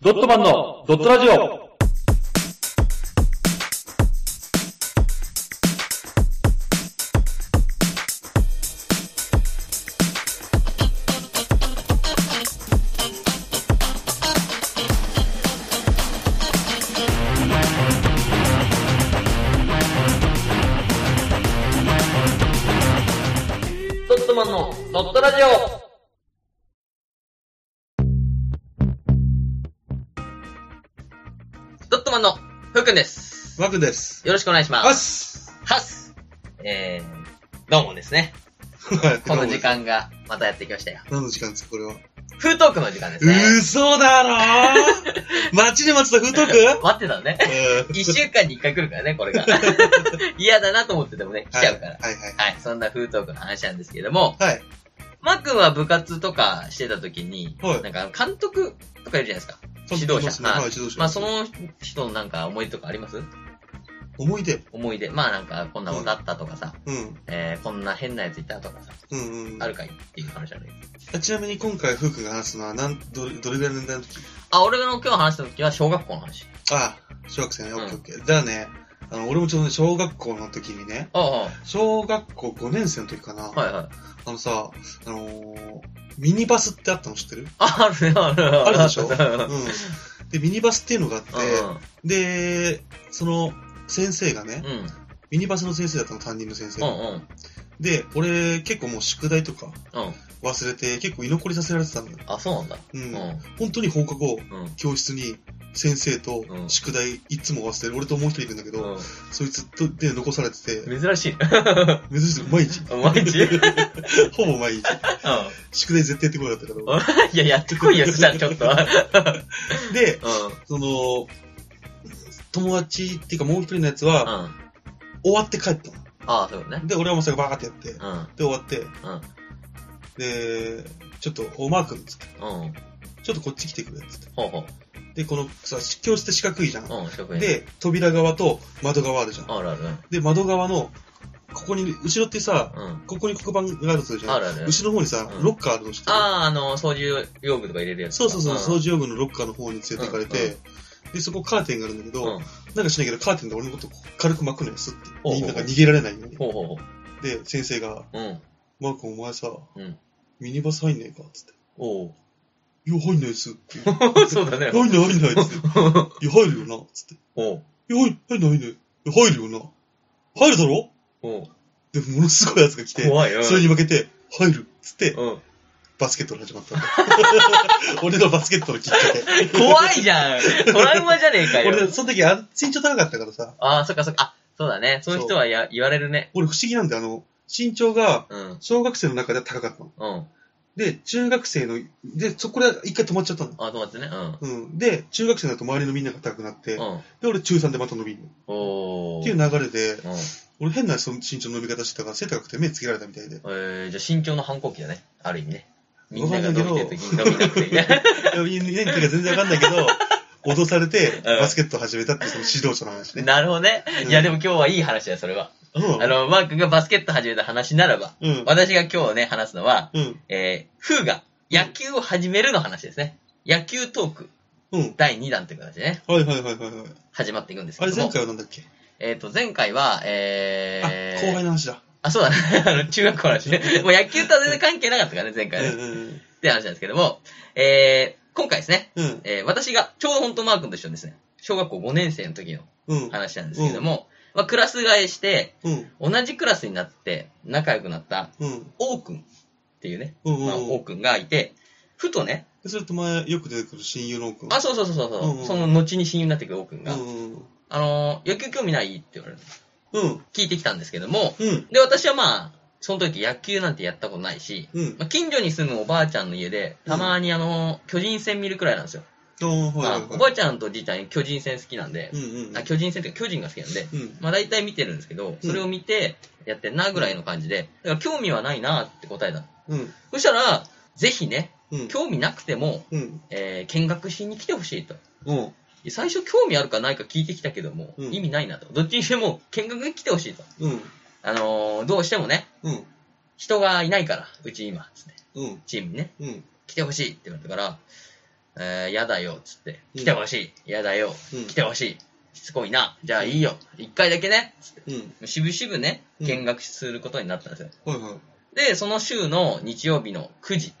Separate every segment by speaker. Speaker 1: ドットマンのドットラジオ
Speaker 2: ドットマンのドットラジオドットマンのふうくんです。
Speaker 3: ワクです。
Speaker 2: よろしくお願いしま
Speaker 3: あ
Speaker 2: す。
Speaker 3: す
Speaker 2: はっすえー、どうもですね。この時。間がまたやってきましたよ。
Speaker 3: 何の時間ですか、これは。
Speaker 2: フートークの時間ですね。
Speaker 3: 嘘だろ ー待ちに待ってた、封筒く
Speaker 2: 待ってたのね。
Speaker 3: ん
Speaker 2: 一週間に一回来るからね、これ が。嫌だなと思っててもね、来ちゃうから。
Speaker 3: はいはい
Speaker 2: はい、そんなフートークの話なんですけれども、
Speaker 3: はい。
Speaker 2: マックンは部活とかしてた時に、
Speaker 3: はい
Speaker 2: なんか監督とかいるじゃないですか。指
Speaker 3: 監
Speaker 2: 導
Speaker 3: 督
Speaker 2: 者
Speaker 3: いますねはい、指導者。
Speaker 2: まあそ、の人のなんか思い出とかあります
Speaker 3: 思い出。
Speaker 2: 思い出。まあなんかこんなことあったとかさ、
Speaker 3: うん。
Speaker 2: えー、こんな変なやついたとかさ、
Speaker 3: うんうん。
Speaker 2: あるかいっていう話じゃない
Speaker 3: ちなみに今回、フー君が話すのは、なん、どれ、どれぐらいの年代の時
Speaker 2: あ、俺の今日話した時は小学校の話。
Speaker 3: ああ、小学生ね、オ
Speaker 2: うん
Speaker 3: ッケーオッケー。だね、あの、俺もちょうどね小学校の時にね、
Speaker 2: ああ、あ
Speaker 3: 小学校5年生の時かな。
Speaker 2: あはいはい。
Speaker 3: あのさ、あのー、ミニバスってあったの知ってる
Speaker 2: あ、あるね、あるあ
Speaker 3: あるでしょ
Speaker 2: うん。うん
Speaker 3: うん。で、ミニバスっていうのがあって、で、その、先生がね、
Speaker 2: うん。
Speaker 3: ミニバスの先生だったの、担任の先
Speaker 2: うん。うん。
Speaker 3: 生。で、俺、結構もう宿題とか
Speaker 2: うん。
Speaker 3: 忘れて、結構居残りさせられてたのよ。
Speaker 2: あ、そうなんだ。
Speaker 3: う。
Speaker 2: うんん。うん。
Speaker 3: 本当に放課後、
Speaker 2: うん。
Speaker 3: 教室に先生と
Speaker 2: うん
Speaker 3: 宿題いつも忘れる。俺ともう一人いるんだけど、そいつとで残されてて、
Speaker 2: 珍しいね。
Speaker 3: 珍しい、毎日。
Speaker 2: 毎日うん。
Speaker 3: ほぼ毎日。宿題絶対やってこなかったから。
Speaker 2: いや、やってこいよ、そしたらちょっ と。
Speaker 3: で、
Speaker 2: う
Speaker 3: その、友達っていうかもう一人のやつ
Speaker 2: ん。う
Speaker 3: は、
Speaker 2: ん。
Speaker 3: 終わって帰ったの。
Speaker 2: ああ、そうね。
Speaker 3: で、俺はもうそれバーってやって、で、
Speaker 2: うん。
Speaker 3: 終わって、
Speaker 2: うん。
Speaker 3: で、ちょっと、おマー君っつって、
Speaker 2: うん。
Speaker 3: ちょっとこっち来てくれっつって。
Speaker 2: ほうほ
Speaker 3: で、このさ、教室って四角いじゃん。
Speaker 2: う。うん、職員。、
Speaker 3: で、扉側と窓側あるじゃん。
Speaker 2: あるある。
Speaker 3: で、窓側の、ここに、後ろってさ、
Speaker 2: うん。
Speaker 3: ここに黒板があるとするじゃ
Speaker 2: あ
Speaker 3: ん。
Speaker 2: るある。
Speaker 3: 後ろの方にさ
Speaker 2: う、ん
Speaker 3: ロッカーあるの知ってる
Speaker 2: ああ、あの、掃除用具とか入れるやつ
Speaker 3: そう
Speaker 2: か。
Speaker 3: そうそう、
Speaker 2: ん
Speaker 3: 掃除用具のロッカーの方に連れて行かれて、で、そこカーテンがあるんだけど、
Speaker 2: うん。
Speaker 3: なんかしないけどカーテンで俺のこと軽く巻くのよ、すって。
Speaker 2: おうおう
Speaker 3: みんなが逃げられないように。
Speaker 2: ほうほうほ
Speaker 3: で、先生が、
Speaker 2: う。うん。
Speaker 3: マー君お前さ、
Speaker 2: うん
Speaker 3: ミニバス入んねえかっつって。
Speaker 2: おう。
Speaker 3: いや、入んないっすって言 う。
Speaker 2: そうだね。
Speaker 3: 入んない入んないっつって。いや、入るよなっつって。
Speaker 2: おう。
Speaker 3: いや、入入んない入んない。いや入るよな。入るだろ
Speaker 2: おう。
Speaker 3: で、ものすごいやつが来て、
Speaker 2: 怖いよ。
Speaker 3: それに負けて、入るっつって、
Speaker 2: うん。
Speaker 3: バスケットが始 まったんだ。俺のバスケットのきっかけ。
Speaker 2: 怖いじゃん。トラウマじゃねえか
Speaker 3: 俺、
Speaker 2: よ。
Speaker 3: その時あ身長高かったからさ、
Speaker 2: ああ、そっかそっか。あ、そうだね。そういう人はや言われるね。
Speaker 3: 俺不思議なんだよ、あの、身長が、
Speaker 2: うん。
Speaker 3: 小学生の中では高かったの。
Speaker 2: うん。
Speaker 3: で、中学生の、で、そこで一回止まっちゃったの。
Speaker 2: あ、友達ね。うん。
Speaker 3: うん。で、中学生になると周りのみんなが高くなって、
Speaker 2: うん。
Speaker 3: で、俺中3でまた伸びるの。っ
Speaker 2: おー。
Speaker 3: ていう流れで、
Speaker 2: うん。
Speaker 3: 俺変なその身長の伸び方してたから背高くて目つけられたみたいで。
Speaker 2: えー、じゃあ身長の反抗期だね。ある意味ね。みんなが
Speaker 3: わかんないけ
Speaker 2: 伸びてる時に伸
Speaker 3: ど
Speaker 2: びなくていいね。
Speaker 3: いや、みんな言ってるか全然わかんないけど、脅されて、
Speaker 2: うん
Speaker 3: バスケット始めたっていうその指導者の話 ね。
Speaker 2: なるほどね。
Speaker 3: うん
Speaker 2: いや、でも今日はいい話だよ、それは。
Speaker 3: うん
Speaker 2: あの、マー君がバスケット始めた話ならば、
Speaker 3: うん。
Speaker 2: 私が今日ね、話すのは、
Speaker 3: うん。
Speaker 2: えー、フーが野球を始めるの話ですね。野球トーク
Speaker 3: うん。
Speaker 2: 第2弾という形でね、
Speaker 3: はいはいはいはいはい。
Speaker 2: 始まっていくんですけ
Speaker 3: あれ
Speaker 2: ども。
Speaker 3: 前回はなんだっけ
Speaker 2: えっ、と、前回は、
Speaker 3: あ、
Speaker 2: えー、
Speaker 3: 後輩の話だ。
Speaker 2: あ、そうだね。 あの、中学校の 話ね。もう野球とは全然関係なかったからね、前
Speaker 3: うん
Speaker 2: 回
Speaker 3: う
Speaker 2: ね。
Speaker 3: んうん
Speaker 2: って話なんですけども、えー、今回ですね、
Speaker 3: うん。
Speaker 2: えー、私が、ちょうど本当マー君と一緒にですね、小学校5年生の時の
Speaker 3: うん。
Speaker 2: 話なんですけども、まあ、クラス替えして、
Speaker 3: うん。
Speaker 2: 同じクラスになって仲良くなった
Speaker 3: うん。
Speaker 2: 王くんっていうね、
Speaker 3: うん。
Speaker 2: まあ、
Speaker 3: う
Speaker 2: 王
Speaker 3: ん。
Speaker 2: くんがいて、ふとね、
Speaker 3: でそれと前、よく出てくる親友の奥君。
Speaker 2: あ、そうそうそうそう、う
Speaker 3: うんうん
Speaker 2: その後に親友になってくる王くんが、
Speaker 3: うんうん
Speaker 2: あのー野球興味ないって言われる
Speaker 3: うん。うん。
Speaker 2: 聞いてきたんですけども、
Speaker 3: うん。
Speaker 2: で、私はまあ、その時野球なんてやったことないし、
Speaker 3: うん。
Speaker 2: まあ、近所に住むおばあちゃんの家で、たまにあのー巨人戦見るくらいなんですよ。
Speaker 3: あーはい
Speaker 2: ま
Speaker 3: は
Speaker 2: あ、
Speaker 3: い
Speaker 2: お
Speaker 3: は
Speaker 2: ばあちゃんとじいちゃん巨人戦好きなんで
Speaker 3: い。う、んうん。
Speaker 2: あ巨人戦っていうか巨人が好きなんで、
Speaker 3: うん。
Speaker 2: まあ大体見てるんですけど、それを見てやってんなぐらいの感じで、だから興味はないなって答えたの。
Speaker 3: うん。
Speaker 2: そしたら、ぜひね、
Speaker 3: うん。
Speaker 2: 興味なくても、
Speaker 3: うん。
Speaker 2: えー見学しに来てほしいと。
Speaker 3: うん。
Speaker 2: 最初興味あるかないか聞いてきたけども、
Speaker 3: うん
Speaker 2: 意味ないなと。どっちにしても見学に来てほしいと。
Speaker 3: うん。
Speaker 2: あのーどうしてもね、
Speaker 3: うん。
Speaker 2: 人がいないから、うち今、つって
Speaker 3: うん。
Speaker 2: チームにね、
Speaker 3: うん。
Speaker 2: 来てほしいって言われたから、えー、やだよ、つって。来てほしい。やだよ。
Speaker 3: うん
Speaker 2: 来てほしい。しつこいな。じゃあいいよ。一回だけね。
Speaker 3: うん。
Speaker 2: しぶしぶね、
Speaker 3: うん
Speaker 2: 見学することになったんですよ。
Speaker 3: はいはい。
Speaker 2: で、その週の日曜日の9時。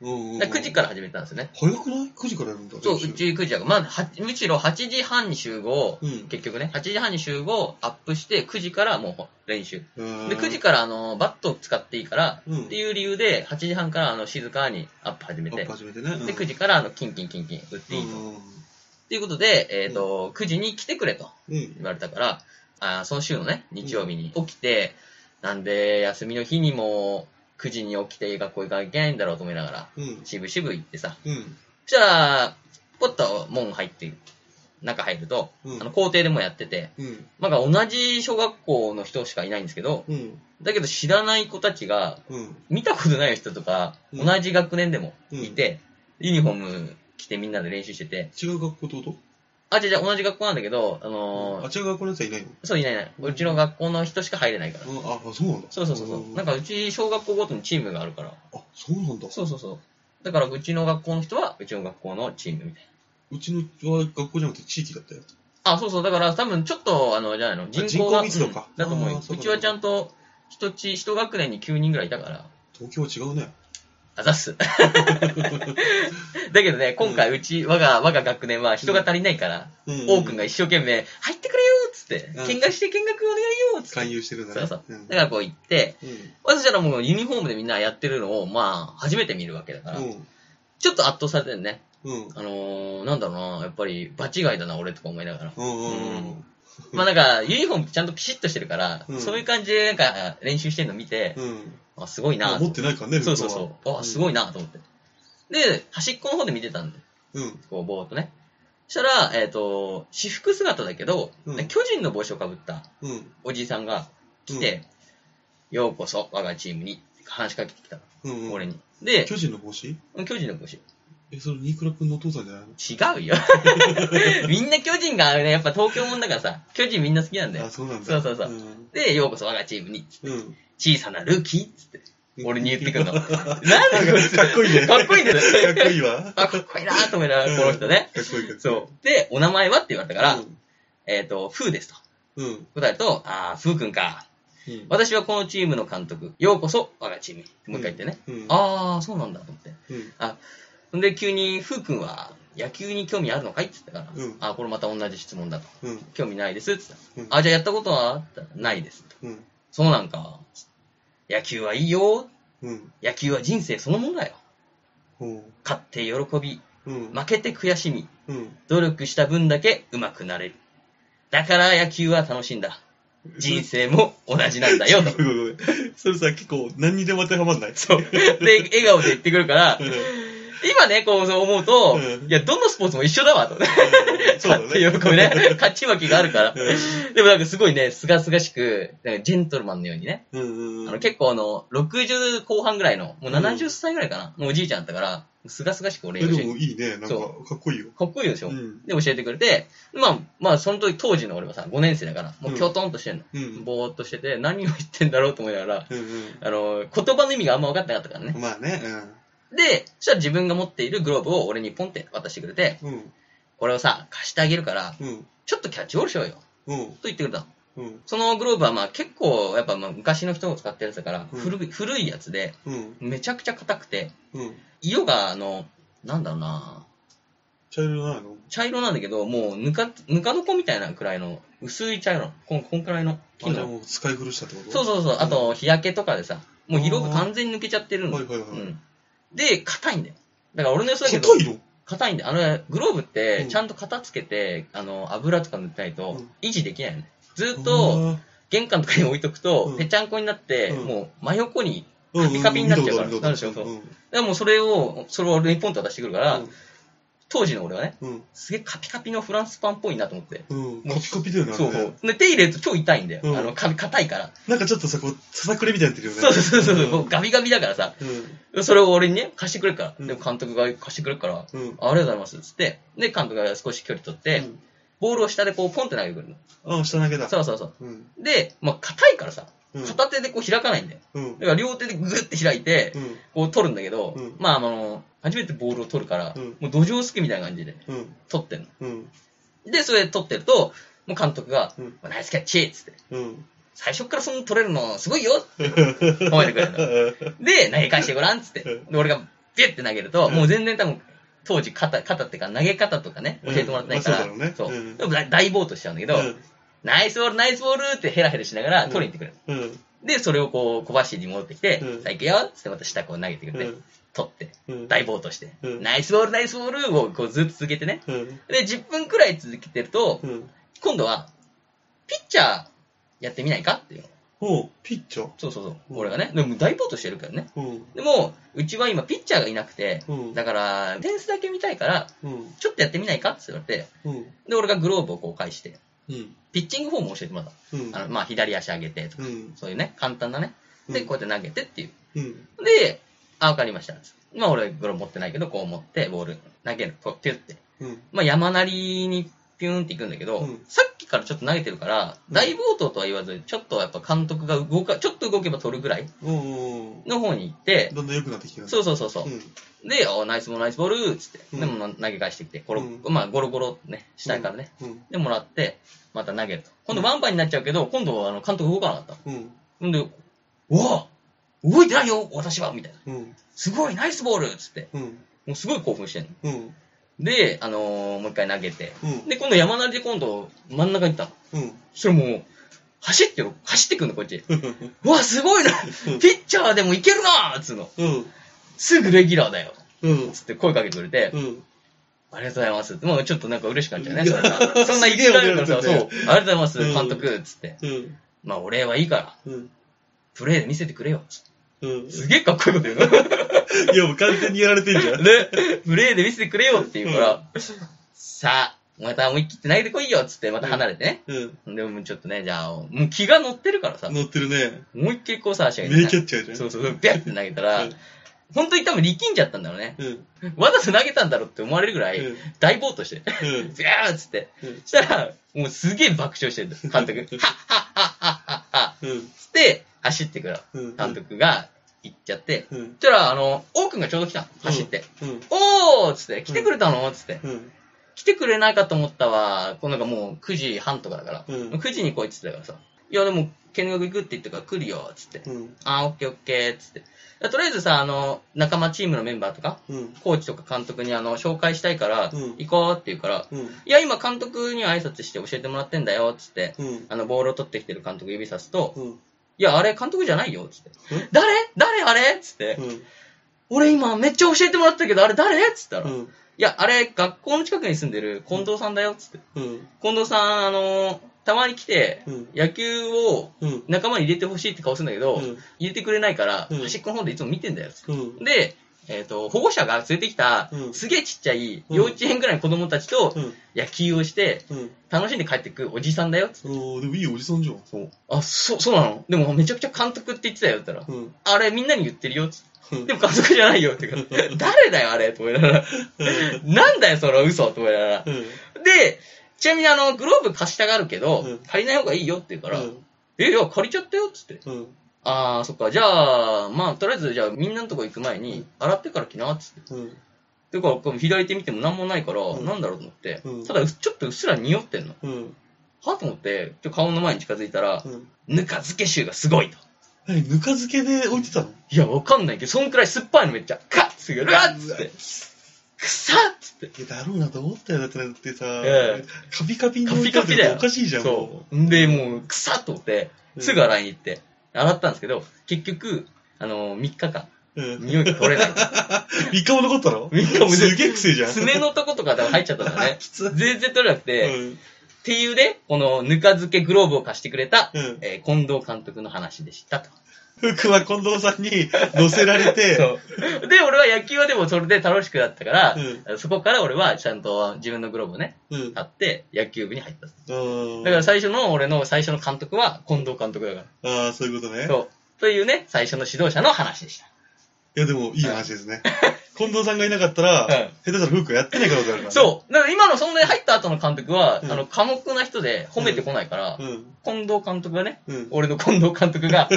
Speaker 3: うんうん。
Speaker 2: だから9時から始めたんですよね。
Speaker 3: 早くない ?9 時からやるんだ。
Speaker 2: そう、う
Speaker 3: 練習
Speaker 2: ち9時だから。まあ、はむしろ8時半に集合、
Speaker 3: うん。
Speaker 2: 結局ね、8時半に集合、アップして、9時からもう練習。
Speaker 3: で、
Speaker 2: で、9時からあの、バットを使っていいから、
Speaker 3: うん
Speaker 2: っていう理由で、8時半からあの、静かにアップ始め
Speaker 3: アッ
Speaker 2: て
Speaker 3: プ、始めてね。うん
Speaker 2: で、9時からあの、キンキンキンキン打っていいと。
Speaker 3: う
Speaker 2: っ
Speaker 3: ん
Speaker 2: ていうことで、えっ、と、9時に来てくれと
Speaker 3: うん。
Speaker 2: 言われたから、あーその週のね、日曜日に起きて、なんで、休みの日にも9時に起きて学校行かなきゃいけないんだろうと思いながら、
Speaker 3: うん。
Speaker 2: しぶしぶ行ってさ、
Speaker 3: うん。
Speaker 2: そしたら、ポッと門入って、中入ると、
Speaker 3: うん
Speaker 2: あの、校庭でもやってて、
Speaker 3: うん。
Speaker 2: なんか同じ小学校の人しかいないんですけど、
Speaker 3: うん。
Speaker 2: だけど知らない子たちが、
Speaker 3: うん。
Speaker 2: 見たことない人とか、
Speaker 3: うん
Speaker 2: 同じ学年でもいて、ユニフォーム着てみんなで練習してて、
Speaker 3: 違う学校ってこと
Speaker 2: あ、違う違う、同じ学校なんだけど、あのー
Speaker 3: あ、違う学校のやつはいないの
Speaker 2: そういないいない。うちの学校の人しか入れないから。
Speaker 3: うんあ、あそうなんだ。
Speaker 2: そうそうそうそう。なん
Speaker 3: か、
Speaker 2: かうち小学校ごとにチームがあるから。
Speaker 3: あ、そうなんだ。
Speaker 2: そうそうそう。だからうちの学校の人はうちの学校のチームみたいう
Speaker 3: ちのは学校じゃなくて地域だったよ。
Speaker 2: な。あ、そうそう。だから多分ちょっと、あの、じゃないの、人口が。
Speaker 3: 人口密度か
Speaker 2: うんだと思う
Speaker 3: あ
Speaker 2: よ
Speaker 3: ー。そううか
Speaker 2: ちはちゃんと、一ち、一学年に9人ぐらいいたから。
Speaker 3: 東京は違うね。
Speaker 2: あざっす。 だけどね、今回うち、我が、我が学年は人が足りないから、王くんが一生懸命、入ってくれよっつって
Speaker 3: うん、
Speaker 2: 見学して見学お願いよっつって。
Speaker 3: 勧誘してるんだね。
Speaker 2: そう
Speaker 3: う。
Speaker 2: だからこう行って、私たらもうユニフォームでみんなやってるのを、まあ、初めて見るわけだから、ちょっと圧倒されてるね。
Speaker 3: うん。うん。。
Speaker 2: あのー、なんだろうな、やっぱり、場違いだな、俺とか思いながら
Speaker 3: うん。
Speaker 2: まあなんか、ユニフォームちゃんとピシッとしてるから、
Speaker 3: うん
Speaker 2: そういう感じでなんか、練習してるの見て、
Speaker 3: うん。
Speaker 2: あ、すごいなと
Speaker 3: 持
Speaker 2: 思
Speaker 3: っ
Speaker 2: って
Speaker 3: てないからね、
Speaker 2: そうそうそう。あ、すごいなと思って。で、端っこの方で見てたんで、
Speaker 3: う。うん。
Speaker 2: こう、ぼーっとね。そしたら、えっ、と、私服姿だけど、
Speaker 3: うん
Speaker 2: 巨人の帽子をかぶった
Speaker 3: うん。
Speaker 2: おじいさんが来て、ようこそ、我がチームに、って話しかけてきたの。
Speaker 3: うん。
Speaker 2: 俺に。で、
Speaker 3: 巨人の帽子
Speaker 2: 巨人の帽子。
Speaker 3: え、それ、ニークラ君のお父さんじゃないの
Speaker 2: 違う よ。みんな巨人が、ね、やっぱ東京もんだからさ、巨人みんな好きなんだよ
Speaker 3: あ、。そうなんだ。
Speaker 2: そうそうそ
Speaker 3: うん。
Speaker 2: で、ようこそ我がチームに、
Speaker 3: うん。
Speaker 2: 小さなルーキーっつって、俺に言ってくるの。なんで
Speaker 3: かっ
Speaker 2: こいつ、か
Speaker 3: こいいね。
Speaker 2: っこいいんだ
Speaker 3: かっ
Speaker 2: よ。
Speaker 3: こいいわ。
Speaker 2: あ、かっこいいなと思いながら、この人ね。
Speaker 3: かっこいいかっこいい。
Speaker 2: そう。で、お名前はって言われたから、
Speaker 3: うん
Speaker 2: えっ、と、ふーですと。
Speaker 3: うん。
Speaker 2: 答えると、あー、ふーくんか。
Speaker 3: うん
Speaker 2: 私はこのチームの監督。ようこそ我がチームに。もう一回言ってね。。
Speaker 3: うん。
Speaker 2: あー、そうなんだと思って。
Speaker 3: うん。
Speaker 2: んで、急に、ふーくんは野球に興味あるのかいって言ったから、
Speaker 3: うん
Speaker 2: あー、これまた同じ質問だと。
Speaker 3: うん。
Speaker 2: 興味ないですって言ったら、
Speaker 3: うん
Speaker 2: あ、じゃあやったことはって言ったらないです。
Speaker 3: うん。
Speaker 2: そうなんか。野球はいいよ。
Speaker 3: うん。
Speaker 2: 野球は人生そのものだよ。
Speaker 3: うん。
Speaker 2: 勝って喜び、
Speaker 3: うん。
Speaker 2: 負けて悔しみ、
Speaker 3: うん。
Speaker 2: 努力した分だけ上手くなれる。だから野球は楽しいんだ。人生も同じなんだよ、と。
Speaker 3: ごめんごめんそれさ、結構、何にでも当ては まんない。そう。
Speaker 2: で、笑顔で言ってくるから、今ね、こうそう思うと、
Speaker 3: うん
Speaker 2: いや、どのスポーツも一緒だわ、と。
Speaker 3: そうだ
Speaker 2: 勝
Speaker 3: ね。
Speaker 2: って喜びね。勝ち負けがあるから。
Speaker 3: う
Speaker 2: でもなんかすごいね、すがすがしく、なんかジェントルマンのようにね、
Speaker 3: んうんうん。
Speaker 2: あの結構あの、60後半ぐらいの、もう70歳ぐらいかな、もうおじいちゃんだったから、すがすがしくお
Speaker 3: え
Speaker 2: 礼を
Speaker 3: で
Speaker 2: して、
Speaker 3: もいいね。なんか、か
Speaker 2: そ
Speaker 3: っこいいよ。
Speaker 2: かっこいいでしょ、
Speaker 3: うん。
Speaker 2: で、教えてくれて、まあ、まあ、その時、当時の俺はさ、5年生だから、もうきょとんとしてんの。
Speaker 3: うん。
Speaker 2: ぼーっとしてて、何を言ってんだろうと思いながら、
Speaker 3: うん
Speaker 2: あの、言葉の意味があんま分かってなかったから
Speaker 3: うん。
Speaker 2: ね。
Speaker 3: まあね。
Speaker 2: で、そしたら自分が持っているグローブを俺にポンって渡してくれて、
Speaker 3: うん。うん。
Speaker 2: これをさ、貸してあげるから、
Speaker 3: うん。
Speaker 2: ちょっとキャッチボールしようよ。と
Speaker 3: うん。
Speaker 2: 言ってくれたの。
Speaker 3: うん。
Speaker 2: そのグローブはまあ結構、やっぱまあ昔の人が使ってるやつだから、
Speaker 3: うん
Speaker 2: 古い古いやつで、
Speaker 3: うん。
Speaker 2: めちゃくちゃ硬くて、
Speaker 3: うん。
Speaker 2: 色があの、なんだろうな
Speaker 3: 茶色ないの
Speaker 2: 茶色なんだけど、もうぬか、ぬか床みたいなくらいの、薄い茶色の、こんこんくらいの
Speaker 3: あ、
Speaker 2: 木
Speaker 3: じゃあ
Speaker 2: の。
Speaker 3: もう使い古したってこと
Speaker 2: そうそうそう、あと日焼けとかでさ、もう色が完全に抜けちゃってるの。
Speaker 3: はいはいはい
Speaker 2: うん。で、硬いんだよ。だから俺の予想だけど、
Speaker 3: 硬いの
Speaker 2: 硬いんだよ。あの、グローブっ
Speaker 3: う
Speaker 2: て
Speaker 3: ん、
Speaker 2: ちゃんと型つけて、あの、油とか塗ってないと
Speaker 3: うん、
Speaker 2: 維持できないのね。ずっと、、玄関とかに置いとくと
Speaker 3: う、ん
Speaker 2: ぺちゃんこになって、
Speaker 3: うん
Speaker 2: もう真横に、
Speaker 3: うんうん
Speaker 2: ピカピになっちゃうから
Speaker 3: 見たこと
Speaker 2: なるでしょ
Speaker 3: 見たこと
Speaker 2: でもうそれを、それを俺にポンと渡してくるから、当時の俺はね、
Speaker 3: うん。
Speaker 2: すげえカピカピのフランスパンっぽいなと思って。
Speaker 3: うん。うん。カピカピだよね。あ
Speaker 2: そ
Speaker 3: れ
Speaker 2: う
Speaker 3: ね
Speaker 2: そう。で、手入れると超痛いんだよ。
Speaker 3: うん
Speaker 2: あの、か硬いから。
Speaker 3: なんかちょっとさ、こう、ささくれみたいになってるよね。
Speaker 2: そうそうそうそう、
Speaker 3: ん
Speaker 2: こうガビガビだからさ。
Speaker 3: う
Speaker 2: それを俺にね、貸してくれるから。
Speaker 3: うん
Speaker 2: でも監督が貸してくれるから、
Speaker 3: ん。うん。
Speaker 2: あありがとうございます。つって、で、監督が少し距離取って、
Speaker 3: うん
Speaker 2: ボールを下でこうポンって投げてくるの。
Speaker 3: あ、下投げだ。
Speaker 2: そうそうそう。
Speaker 3: うん。
Speaker 2: で、まあ、硬いからさ、
Speaker 3: うん。
Speaker 2: 片手でこう開かないんだよ。
Speaker 3: うん。
Speaker 2: だから両手でグッて開いて、
Speaker 3: うん。
Speaker 2: こう取るんだけど、
Speaker 3: うん
Speaker 2: まあ、あの、初めてボールを取るから、
Speaker 3: うん
Speaker 2: もう土壌すくいみたいな感じで
Speaker 3: うん、
Speaker 2: 取ってんの。
Speaker 3: うん、
Speaker 2: で、それで取ってると、もう監督が、
Speaker 3: うん
Speaker 2: もうナイスキャッチっつって、
Speaker 3: うん。
Speaker 2: 最初からその取れるのすごいよって褒めてくれるの。で、投げ返してごらんっつって。で、俺がビュッて投げると、
Speaker 3: うん
Speaker 2: もう全然多分、当時肩、肩っていうか投げ方とかね、教えてもらってないから、
Speaker 3: うんまあそうだろうねうん
Speaker 2: でも大大暴投しちゃうんだけど、ナイスボール、ナイスボールってヘラヘラしながら取りに行ってくれる。
Speaker 3: うん、うん、
Speaker 2: で、それをこう、小走りに戻ってきて、
Speaker 3: うん
Speaker 2: さあ行くよっつってまた下こう投げてくれて、取って、
Speaker 3: うん、
Speaker 2: 大暴投して、
Speaker 3: うん
Speaker 2: ナイスボール、ナイスボールをこうずっと続けてね。
Speaker 3: うん、
Speaker 2: で、10分くらい続けてると、
Speaker 3: うん。
Speaker 2: 今度は、ピッチャーやってみないかっていうの。
Speaker 3: おう、ピッチャー。
Speaker 2: そうそうそう。
Speaker 3: うん
Speaker 2: 俺がね、でも大暴投してるからね。
Speaker 3: うん、
Speaker 2: でも、うちは今ピッチャーがいなくて、
Speaker 3: うん
Speaker 2: だから、点数だけ見たいから、
Speaker 3: うん、
Speaker 2: ちょっとやってみないかって言われて、
Speaker 3: うん、
Speaker 2: で、俺がグローブをこう返して、
Speaker 3: うん、
Speaker 2: ピッチングフォームを教えてもらった。
Speaker 3: うん、
Speaker 2: あの、まあ、左足上げてとか、
Speaker 3: うん、
Speaker 2: そういうね、簡単なね。で、
Speaker 3: うん
Speaker 2: こうやって投げてっていう。
Speaker 3: うん、
Speaker 2: で、あ、わかりました。まあ、俺、グローブ持ってないけど、こう持って、ボール投げる。こう、ピュって。
Speaker 3: うん、
Speaker 2: まあ、山なりにピューンっていくんだけど、
Speaker 3: うん
Speaker 2: さっきからちょっと投げてるから、
Speaker 3: うん
Speaker 2: 大暴投とは言わず、ちょっとやっぱ監督が動か、ちょっと動けば取るぐらい
Speaker 3: おう、
Speaker 2: の方に行って、
Speaker 3: どんどん良くなってきてる
Speaker 2: そうそうそうそう。
Speaker 3: うん、
Speaker 2: で、おナイスボール、ナイスボールっつって、
Speaker 3: うん
Speaker 2: でも投げ返してきて、ゴロ、
Speaker 3: う
Speaker 2: まあ、ゴロゴロってね、下からね、
Speaker 3: うん、
Speaker 2: で、もらって、また投げると。今度ワンバンになっちゃうけど、今度はあの監督動かなかった。
Speaker 3: うん、
Speaker 2: んで、うわ動いてないよ私はみたいな。
Speaker 3: うん、
Speaker 2: すごいナイスボールっつって。
Speaker 3: うん、
Speaker 2: もうすごい興奮してんの。
Speaker 3: うん、
Speaker 2: で、あのーもう一回投げて。
Speaker 3: うん、
Speaker 2: で、今度山なりで今度真ん中に行ったの。
Speaker 3: うん、
Speaker 2: それもう、走ってよ、走ってくんの、こっち。うわ、すごいなピッチャーでもいけるなつうの。
Speaker 3: うん、
Speaker 2: すぐレギュラーだよ
Speaker 3: うん、
Speaker 2: つって声かけてくれて、
Speaker 3: うん。
Speaker 2: ありがとうございますって。もうちょっとなんか嬉しくなっちゃうね。
Speaker 3: い
Speaker 2: そ
Speaker 3: や
Speaker 2: んなそんな言ってられるからさ、
Speaker 3: す
Speaker 2: そ
Speaker 3: げ
Speaker 2: う。あり
Speaker 3: え驚いて
Speaker 2: がとうございます、
Speaker 3: うん
Speaker 2: 監督つって。
Speaker 3: うん、
Speaker 2: まあ、お礼はいいから、
Speaker 3: うん、
Speaker 2: プレーで見せてくれよ。つって
Speaker 3: うん。
Speaker 2: すげえかっこいいこと言う の。
Speaker 3: いや、もう完全にやられてんじゃん。
Speaker 2: で、プレーで見せてくれよって言うから、さあ、また思い切って投げてこいよっつって、また離れてね。
Speaker 3: うん。
Speaker 2: でももうちょっとね、じゃあ、もう気が乗ってるからさ、
Speaker 3: 乗ってるね。
Speaker 2: 思いっきりこうさ、足が
Speaker 3: 名キャッチャーじゃん。
Speaker 2: そうそう、ビャって投げたら
Speaker 3: うん、
Speaker 2: 本当に多分力んじゃったんだろうね。
Speaker 3: うん。
Speaker 2: わざと投げたんだろうって思われるぐらい、
Speaker 3: うん
Speaker 2: 大暴投して、
Speaker 3: うん。
Speaker 2: ビャーっつって
Speaker 3: うん。
Speaker 2: したら、もうすげえ爆笑してる監督。はっはっはっはっはっは。
Speaker 3: うん。
Speaker 2: つって、走ってくる
Speaker 3: うん
Speaker 2: 監督が行っちゃって、
Speaker 3: うん
Speaker 2: そしたら、あの、王くんがちょうど来たの走って。
Speaker 3: うん。
Speaker 2: おーっつって、来てくれたのっつって。
Speaker 3: うん。
Speaker 2: 来てくれないかと思ったわ。こうなんかもう9時半とかだから。
Speaker 3: うん
Speaker 2: 9時に来いっつってたからさ。いやでも、見学行くって言ったから来るよっつって。
Speaker 3: うん。
Speaker 2: あー、オッケーオッケーっつって。とりあえずさ、あの、仲間チームのメンバーとか、
Speaker 3: うん。
Speaker 2: コーチとか監督にあの、紹介したいから
Speaker 3: うん、
Speaker 2: 行こうって言うから、
Speaker 3: うん。
Speaker 2: いや、今監督に挨拶して教えてもらってんだよっつって、
Speaker 3: うん。
Speaker 2: あの、ボールを取ってきてる監督指さすと、
Speaker 3: うん。
Speaker 2: いや、あれ監督じゃないよっつって
Speaker 3: え。
Speaker 2: 誰誰あれっつって。俺今めっちゃ教えてもらったけど、あれ誰っつったら、
Speaker 3: う
Speaker 2: い
Speaker 3: ん。
Speaker 2: や、あれ学校の近くに住んでる近藤さんだよっつって。
Speaker 3: うん。
Speaker 2: 近藤さん、あの、たまに来て、
Speaker 3: うん
Speaker 2: 野球を
Speaker 3: うん。
Speaker 2: 仲間に入れてほしいって顔するんだけど、
Speaker 3: うん
Speaker 2: 入れてくれないから、
Speaker 3: うん
Speaker 2: 端っこの方でいつも見てんだよっつって。
Speaker 3: うん。
Speaker 2: で、えっと保護者が連れてきた、
Speaker 3: うん
Speaker 2: すげえちっちゃい幼稚園ぐらいの子供たちと
Speaker 3: うん。
Speaker 2: 野球をして
Speaker 3: うん。
Speaker 2: 楽しんで帰ってくおじさんだよっつって
Speaker 3: おー、でもいいおじさんじゃん。
Speaker 2: そうあそそうなのでもめちゃくちゃ監督って言ってたよって言ったら、
Speaker 3: うん。
Speaker 2: あれみんなに言ってるよっつって
Speaker 3: うん
Speaker 2: でも監督じゃないよって言うから誰だよあれと思いながらなんだよその嘘と思いながら
Speaker 3: うん。
Speaker 2: でちなみにあのグローブ貸したがるけど、
Speaker 3: うん
Speaker 2: 借りない方がいいよって言うから、
Speaker 3: うん。
Speaker 2: えいや借りちゃったよっつって
Speaker 3: うん。
Speaker 2: ああそっかじゃあまあとりあえずじゃあみんなのとこ行く前に洗ってから来なっつって
Speaker 3: うん。
Speaker 2: だから、こう左手見ても何もないから、
Speaker 3: うん
Speaker 2: なんだろうと思って、
Speaker 3: うん
Speaker 2: ただ、ちょっとうっすら匂ってんの。
Speaker 3: うん。
Speaker 2: はと思って、ちょっと顔の前に近づいたら
Speaker 3: う、ん。
Speaker 2: ぬか漬け臭がすごいと。
Speaker 3: 何、ぬか漬けで置いてたの
Speaker 2: いや、わかんないけど、そんくらい酸っぱいのめっちゃ、カッすぐ、うわっつって、くさっつって。
Speaker 3: いや、だろうなと思ったよ。だって、だってさ、
Speaker 2: ええ
Speaker 3: カピカピに
Speaker 2: カ
Speaker 3: 置
Speaker 2: ピ
Speaker 3: いて
Speaker 2: カ
Speaker 3: た
Speaker 2: ピだ
Speaker 3: ら
Speaker 2: よ。
Speaker 3: おかしいじゃん。も
Speaker 2: そう。んで、もう、くさっと思って、
Speaker 3: うん
Speaker 2: すぐ洗いに行って、洗ったんですけど、結局、あのー、3日間、
Speaker 3: う。うん。
Speaker 2: 匂いが取れない。
Speaker 3: 三日も残ったの
Speaker 2: 三日も
Speaker 3: すげえ癖じゃん。。
Speaker 2: 爪のとことかでも入っちゃったんだね
Speaker 3: きつ
Speaker 2: 全然取れなく
Speaker 3: う
Speaker 2: て、っ
Speaker 3: ん。
Speaker 2: ていうね、このぬか漬けグローブを貸してくれた、
Speaker 3: うん
Speaker 2: えー近藤監督の話でしたと。
Speaker 3: 服は近藤さんに乗せられて、
Speaker 2: そう。で、俺は野球はでもそれで楽しくなったから、
Speaker 3: う
Speaker 2: そこから俺はちゃんと自分のグローブをね、
Speaker 3: うん。
Speaker 2: 買って野球部に入った。だ
Speaker 3: うん
Speaker 2: から最初の俺の最初の監督は近藤監督だか
Speaker 3: ああ、そういうことね
Speaker 2: ら。。そう。というね、最初の指導者の話でした。
Speaker 3: いや、でも、いい話ですね。近藤さんがいなかったら、
Speaker 2: うん
Speaker 3: 下手したらフックやってない可能性あるから、ね。
Speaker 2: そう。だから今のそんなに入った後の監督は、
Speaker 3: うん
Speaker 2: あの、寡黙な人で褒めてこないから、
Speaker 3: うん。
Speaker 2: 近藤監督がね、
Speaker 3: うん。
Speaker 2: 俺の近藤監督が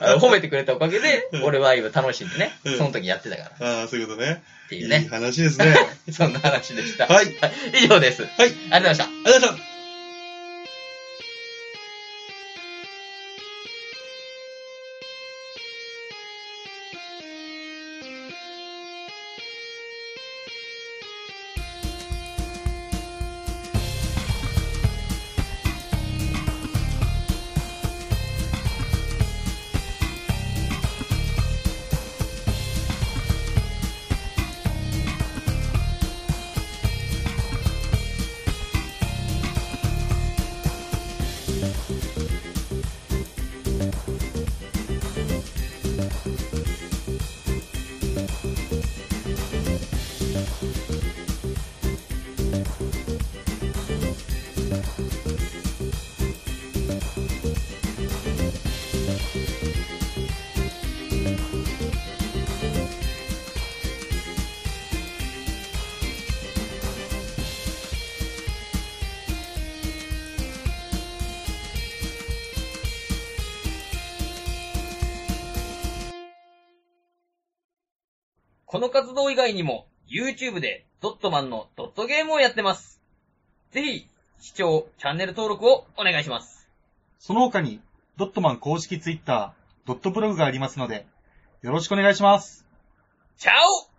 Speaker 2: あの褒めてくれたおかげで
Speaker 3: う、ん
Speaker 2: 俺は今楽しんでね
Speaker 3: う、ん
Speaker 2: その時やってたからっ
Speaker 3: ああ、そういうことね。
Speaker 2: て
Speaker 3: い
Speaker 2: い
Speaker 3: いう
Speaker 2: ね、
Speaker 3: 話ですね。 はい。
Speaker 2: そんな話でした。
Speaker 3: はい。
Speaker 2: 以上です。
Speaker 3: ありがとう
Speaker 2: ありがとうございました。
Speaker 3: ございました。
Speaker 2: この活動以外にも、YouTube でドットマンのドットゲームをやってます。ぜひ、視聴、チャンネル登録をお願いします。
Speaker 4: その他に、ドットマン公式ツイッター、ドットブログがありますので、よろしくお願いします。
Speaker 2: チャオ